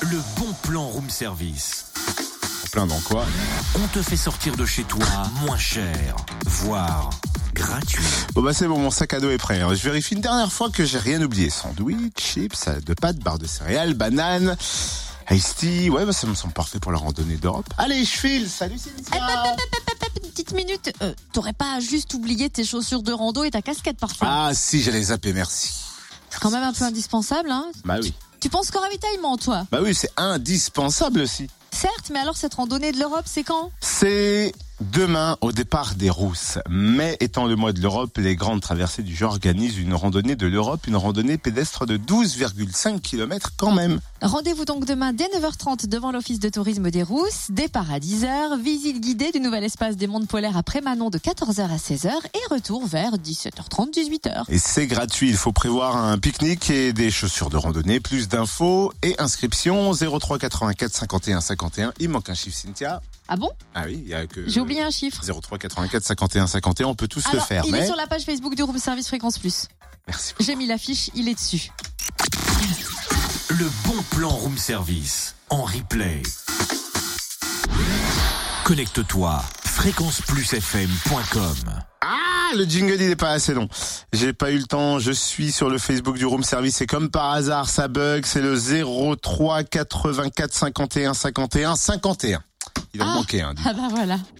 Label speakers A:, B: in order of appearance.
A: le bon plan room service.
B: Plein dans quoi
A: On te fait sortir de chez toi moins cher, voire gratuit.
B: Bon bah c'est bon, mon sac à dos est prêt. hein. Je vérifie une dernière fois que j'ai rien oublié. Sandwich, chips, salade de pâtes, barre de céréales, banane, ice tea. Ouais bah ça me semble parfait pour la randonnée d'Europe. Allez, je file. Salut Cynthia.
C: Une petite minute, euh, t'aurais pas juste oublié tes chaussures de rando et ta casquette parfois
B: Ah si, j'allais zapper, merci.
C: C'est quand même un peu indispensable, hein
B: Bah oui.
C: Tu penses qu'au ravitaillement, toi
B: Bah oui, c'est indispensable aussi.
C: Certes, mais alors cette randonnée de l'Europe, c'est quand
B: C'est demain au départ des Rousses. Mais étant le mois de l'Europe, les grandes traversées du genre organisent une randonnée de l'Europe, une randonnée pédestre de 12,5 km quand même.
C: Rendez-vous donc demain dès 9h30 devant l'Office de tourisme des Rousses, départ à 10h, visite guidée du nouvel espace des mondes polaires après Manon de 14h à 16h et retour vers 17h30, 18h.
B: Et c'est gratuit, il faut prévoir un pique-nique et des chaussures de randonnée, plus d'infos et inscription 03 84 51 51. Il manque un chiffre Cynthia.
C: Ah bon
B: Ah oui, il y a que
C: J'ai oublié un chiffre.
B: 03 84 51 51, on peut tous le
C: Alors,
B: faire
C: il est
B: mais
C: sur la page Facebook du Room Service Fréquence Plus.
B: merci.
C: J'ai mis l'affiche, il est dessus.
A: Le bon plan room service en replay. Connecte-toi fréquenceplusfm.com.
B: Ah, le jingle il est pas assez long. J'ai pas eu le temps, je suis sur le Facebook du Room Service et comme par hasard ça bug, c'est le 03 84 51 51 51. Il en
C: Ah.
B: manquait un. dis donc.
C: Ah bah voilà.